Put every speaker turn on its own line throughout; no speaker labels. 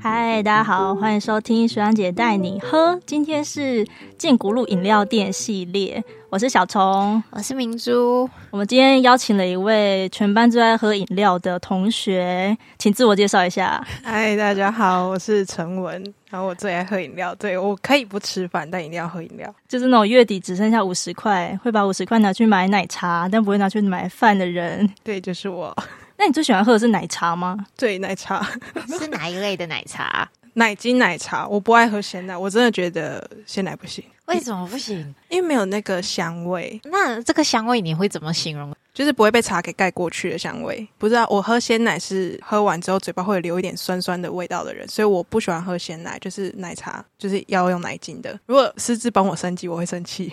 嗨，大家好，欢迎收听徐安姐带你喝。今天是建谷路饮料店系列，我是小虫。
我是明 珠，
我们今天邀请了一位全班最爱喝饮料的同学，请自我介绍一下。
嗨，大家好，我是陈文，然后我最爱喝饮料，对我可以不吃饭，但一定要喝饮料。
就是那种月底只剩下五十块，会把五十块拿去买奶茶，但不会拿去买饭的人。
对，就是我。
那你最喜欢喝的是奶茶吗？
对，奶茶，
是哪一类的奶茶？
奶精奶茶，我不爱喝鲜奶，我真的觉得鲜奶不行，
为什么不行？
因为没有那个香味，
那这个香味你会怎么形容？
就是不会被茶给盖过去的香味。不知道我喝鲜奶是喝完之后嘴巴会留一点酸酸的味道的人，所以我不喜欢喝鲜奶，就是奶茶就是要用奶精的。如果狮子帮我升级，我会生气。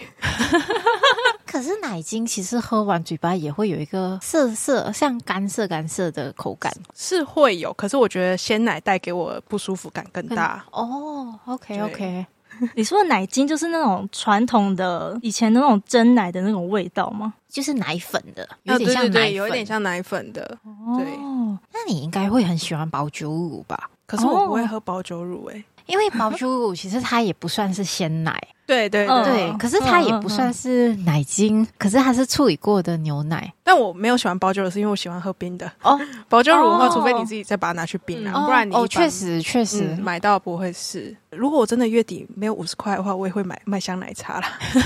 可是奶精其实喝完嘴巴也会有一个涩涩，像干涩干涩的口感。
是会有，可是我觉得鲜奶带给我不舒服感更大。
哦，OK
对
OK，
你说的奶精就是那种传统的以前那种蒸奶的那种味道吗？
就是奶粉的，有
啊，
点
对
像
对
奶粉。
对，有一点。像奶粉的。对
哦，
那你应该会很喜欢保酒乳吧？
可是我不会
哦
喝保酒乳、欸，哎、
因为保酒乳 其实它也不算是鲜奶，
对对对，
嗯
对，可是它也不算是奶
嗯
精，可是它是处理过的牛奶。
但我没有喜欢保酒乳，是因为我喜欢喝冰的。
哦，
保酒乳的话，
哦
除非你自己再把它拿去冰啊，
哦
不然你一般
哦，确。实确实，
嗯，买到不会是。如果我真的月底没有五十块的话，我也会买麦香奶茶啦。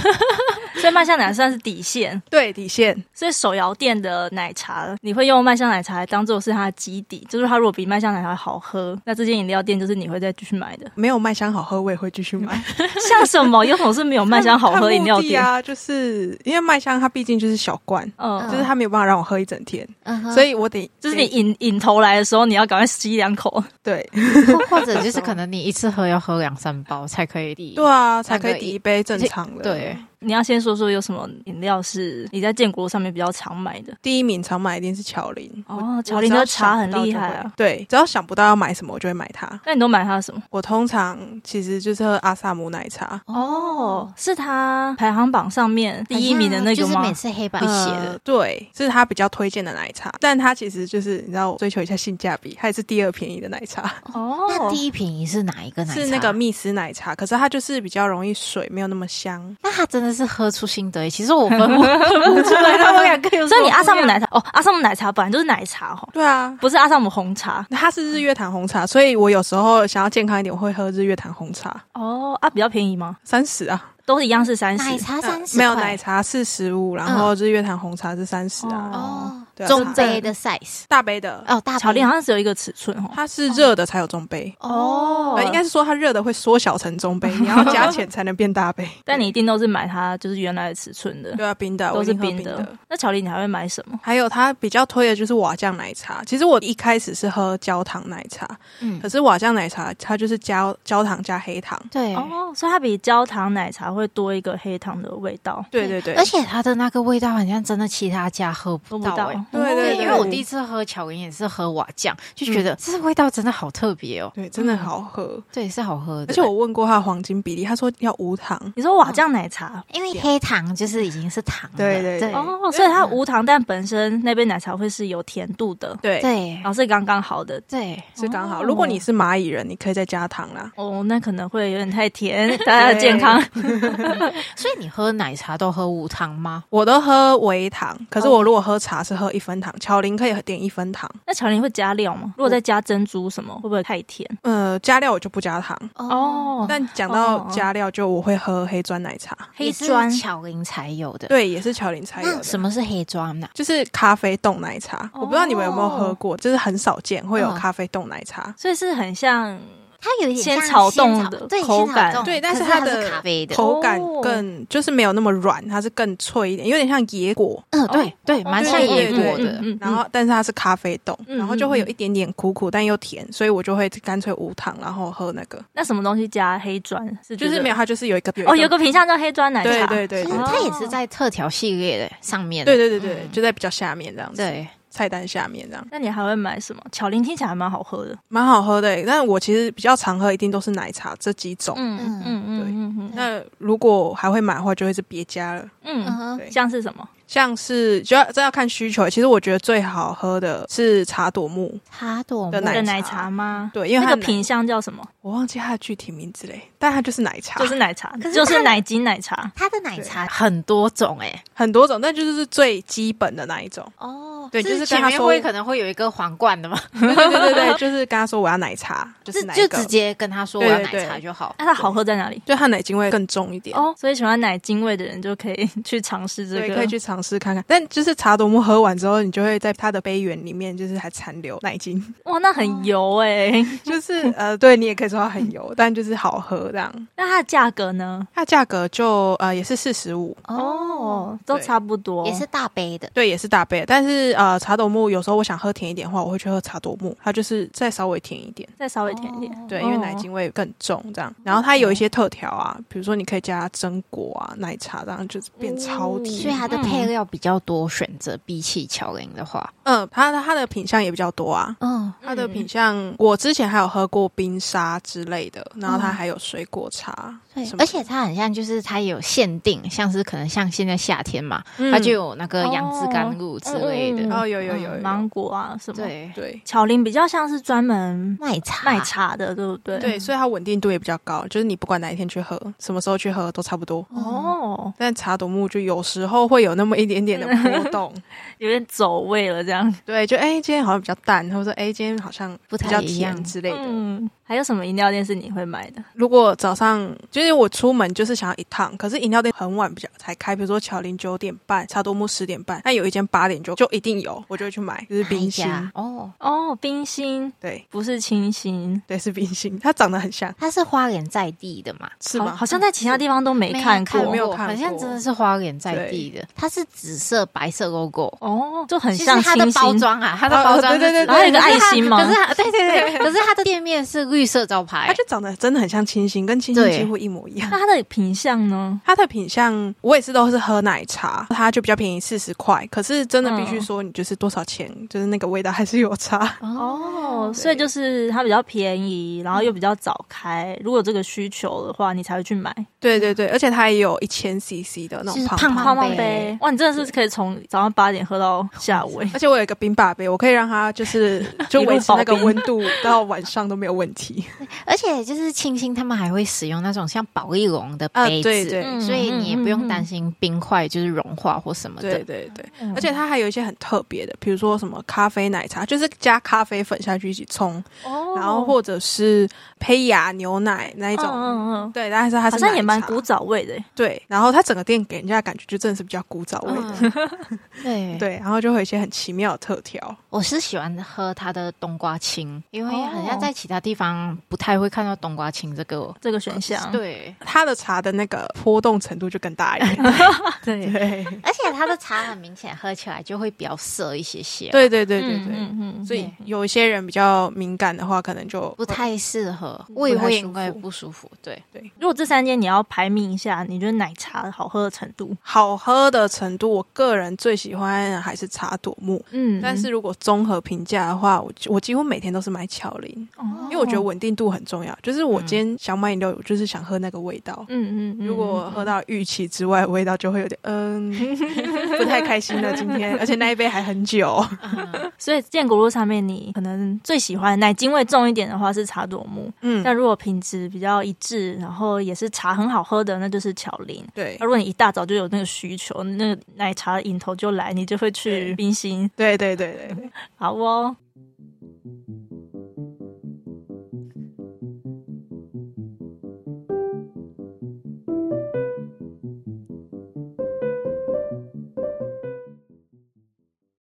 所以麦香奶算是底线，
对，底线。
所以手摇店的奶茶，你会用麦香奶茶来当做是它的基底，就是它如果比麦香奶茶好喝，那这间饮料店就是你会再继续买 的
没有麦香好喝，我也会继续买。
像什么？有什么是没有麦香好 喝饮料
看目的
店？
啊，就是因为麦香它毕竟就是小罐，
嗯，
就是它没有办法让我喝一整天，
嗯哼
所以我得
就是你引引头来的时候，你要赶快吸两口。
对
或或者就是可能你一次喝要喝两三包才可以抵
对啊，才
那个
可以抵一杯正常的。
对，
你要先说说有什么饮料是你在建国上面比较常买的
第一名常买一定是巧玲。
哦，乔林的茶很厉害啊。
对，只要想不到要买什么，我就会买它。
那你都买它什么？
我通常其实就是喝阿萨姆奶茶，
哦，是它排行榜上面第一名的那个
啊就是
吗？
每次黑白写的
呃，对，是他比较推荐的奶茶，但他其实就是你知道，我追求一下性价比，它也是第二便宜的奶茶，
哦，
那第一便宜是哪一个奶茶？
是那个，蜜丝奶茶，可是它就是比较容易水，没有那么香。
那他真的是喝出心得耶。其实我分不分不出来他们两个有什么不一样。
所以你阿萨姆奶茶哦，阿萨姆奶茶本来就是奶茶哈，
对啊，
不是阿萨姆红茶
它是日月潭红茶，所以我有时候想要健康一点，我会喝日月潭红茶，
哦啊，比较便宜吗？
三十啊，
都是一样是三
奶
十，嗯
茶三十
没有奶茶是十五，然后日月潭红茶是三十啊，
哦，
对啊
中杯的 size
大杯的，
哦，大杯
巧克力好像只有一个尺寸哦。
它是热的才有中杯。
哦
呃，应该是说它热的会缩小成中杯，你要加钱才能变大杯。
但你一定都是买它就是原来的尺寸的，
对啊，冰的
都
我一
是
定喝
冰
冰
的。那巧克力你还会买什么？
还有它比较推的就是瓦酱奶茶。其实我一开始是喝焦糖奶茶，
嗯
可是瓦酱奶茶它就是加焦糖加黑糖。
对。
哦，所以它比焦糖奶茶会多一个黑糖的味道，
对对对，
而且它的那个味道好像真的其他家喝
喝
不
不
到
到
耶。。
对
对，
对
因为我第一次喝巧克力也是喝瓦酱，就觉得这味道真的好特别哦。
对真的好喝。
对，是好喝的。
而且我问过他黄金比例，他说要无糖。
你说瓦酱奶茶
因为黑糖就是已经是糖了，
对对
嗯对
哦，所以它无糖，但本身那杯奶茶会是有甜度的，
对，
对
然后是刚刚好的。
对
是刚
哦
好。如果你是蚂蚁人，你可以再加糖啦。
哦，那可能会有点太甜，大家的健康。
所以你喝奶茶都喝无糖吗？
我都喝微糖，可是我如果喝茶是喝一分糖，巧玲可以点一分糖。
那巧克力会加料吗？如果再加珍珠什么，会不会太甜？
呃，加料我就不加糖。
哦，
但讲
哦
到加料，就我会喝黑砖奶茶，
黑
也是
砖
巧玲才有的。，
对，也是巧玲才有
那
的。
什么是黑砖啊呢？
就是咖啡冻奶茶，
嗯哦
我不知道你们有没有喝过，就是很少见会有
嗯
咖啡冻奶茶。
所以是很像
它有一点像
仙草冻
仙草
的
对
口感
仙草冻
对但
可
是
是
它的
是咖啡的。
口感
哦
更就是没有那么软，它是更脆一点，有点像野果，
嗯，对对，
哦
蛮像
哦对对
野果
对
的。
然后但是它是咖啡冻，
嗯
然后就会有一点点苦苦但又甜，所以我就会干脆无糖，然后喝那个，
那什么东西加黑砖是
就是没有它就是有一个
哦，有个品相叫黑砖奶茶，
对对对
其
对
哦
实它也是在特调系列的上面。
对对对对，
嗯
就在比较下面这样子。
对，
菜单下面这样，
那你还会买什么？巧玲听起来还蛮好喝的。
蛮好喝的欸。但我其实比较常喝，一定都是奶茶这几种。
嗯嗯嗯嗯
那如果还会买的话，就会是别家了。
嗯嗯，
嗯
对
像是什么？
像是就要这要看需求。其实我觉得最好喝的是茶朵木，
哈朵
的
我的
奶
奶
茶
茶吗？
对，因为
那
它
个
的奶
品相叫什么？
我忘记它的具体名字嘞，但它就是奶茶，
就是奶茶
可，是
就
它
是
的
奶精奶茶。
它的奶茶很多种哎、。
很多种，但就是最基本的那一 种
哦
对就是跟
前
他
面
说
会可能会有一个皇冠的嘛，
对对对对，就是跟他说我要奶茶，就是
就
哪
就
一个
直，接跟他说我要
对对
奶
对
茶就好。
那它好喝在哪里？
就它奶精味更重一
嗯
点。
哦，所以喜欢奶精味的人就可以去尝试这
对，
个。
可以去尝试看看。但就是茶朵木喝完之后，你就会在它的杯缘里面，就是还残留奶精，
哇，那很油哎、
哦
就是呃，对你也可以说它很油，但就是好喝这样。
那它的价格呢？
它价格就呃也是四十五，
哦，都
对
差不多。
也是大杯的，
对，也是大杯。但是呃，茶朵木有时候我想喝甜一点的话，我会去喝茶朵木，它就是再稍微甜一点。
再稍微甜一点。
对，因为
哦
奶精味更重，这样。然后它
哦
有一些特调啊，比如说你可以加榛果啊、奶茶，这样就是变超
哦，所以
甜。
它的配料比较多选择，比起巧玲的话，
嗯，它的它的品相也比较多啊。
嗯，
它的品相，我之前还有喝过冰沙之类的，然后它
嗯
还有水果茶
对
什么的，，
而且它很像就是它也有限定，像是可能像现在夏天嘛，
嗯
它就有那个杨枝甘露之类
嗯嗯
的，
嗯
哦有有有有
芒果啊什么。，
对。
对
巧玲比较像是专门
卖茶，
卖茶的，对不对？
对，所以它稳定度也比较高，就是你不管哪一天去喝，什么时候去喝都差不多。
哦，
但茶朵木就有时候会有那么一 点点的波动，
有点走味了这样。
对，就哎、今天好像比较淡，或者说哎、今天好像
不太
比较
一样
甜之类的。
嗯，还有什么饮料店是你会买的？
如果早上就是我出门就是想要一趟，可是饮料店很晚比较才开，比如说巧玲九点半，茶多木十点半，那有一间八点就就一定有，我就会去买，就是
哎
冰心，
哪一家哦，
哦，冰心
对
不是清新，
对是冰心，它长得很像，
它是花莲在地的嘛，
是
好
吗？
好像在其他地方都没看过。
没有看过
好像真的是花莲在地的，它是紫色白色 logo。
哦，就很
其
像
实它
清
的包
新。
装啊，它的包装
哦
是
对对对
然后有一个爱心吗
可是它，对对对，可是它的店面是绿色招牌
它，就长得真的很像清新，跟清新
对
几乎一模一样。
那它的品相呢？
它的品相，我也是都是喝奶茶，它就比较便宜，四十块。可是真的必须说，你就是多少钱，就是那个味道还是有差。
嗯哦，所以就是它比较便宜，然后又比较早开。如果有这个需求的话，你才会去买
对对对，而且它也有一千 CC 的那
就
种
是胖
胖胖
胖
胖胖
杯
杯。哇，你真的是可以从早上八点喝到下午欸。
而且我有一个冰霸杯，我可以让它就是 就维持那个
一路保冰
温度到晚上都没有问 题。
而且就是清新他们还会使用那种像保丽龙的
啊
杯子，
对对
嗯
所以你也不用担。
嗯嗯嗯
心冰块就是融化或什么的。
对对对，
嗯
而且它还有一些很特别的，比如说什么咖啡奶茶，就是加咖啡粉下去一起冲，
哦
然后或者是胚芽牛奶那一
嗯
种。
嗯嗯，
对，但是它
好
是
像也
奶
蛮
茶
古早味的欸。
对，然后它整个店给人家的感觉就真的是比较古早味的，
嗯，对
对，然后就会有一些很奇妙的特调，
我是喜欢喝它的冬瓜青，因为
哦
好像在其他地方不太会看到冬瓜青这个
这个选项，
对
它的茶的那个波动程度就更大一点，
对
对，
而且它的茶很明显，喝起来就会比较涩一些些，，
对对对对对，
嗯嗯，
所以有一些人比较敏感的话，可能就
不太适合，
不
胃
太
会
舒
因为
服
不舒服， 对，
如果这三间你要排名一下，你觉得奶茶好喝的程度？
好喝的程度，我个人最喜欢的还是茶朵木。
嗯
但是如果综合评价的话，我我几乎每天都是买巧玲，
因
因为我觉得，稳定度很重要。就是我今天想买饮料，我就是想喝那个味道。
嗯嗯，嗯
如果喝到预期之外的味道，就会有点 嗯不太开心了。今天，而且那一杯还很久。
嗯
所以建国路上面你可能最喜欢奶精味重一点的话是茶朵木，
嗯，
但如果品质比较一致，然后也是茶很好喝的，那就是巧玲。
对
那如果你一大早就有那个需求，那个奶茶的瘾头就来，你就会去
对
冰心。
对对对对对，
好哦，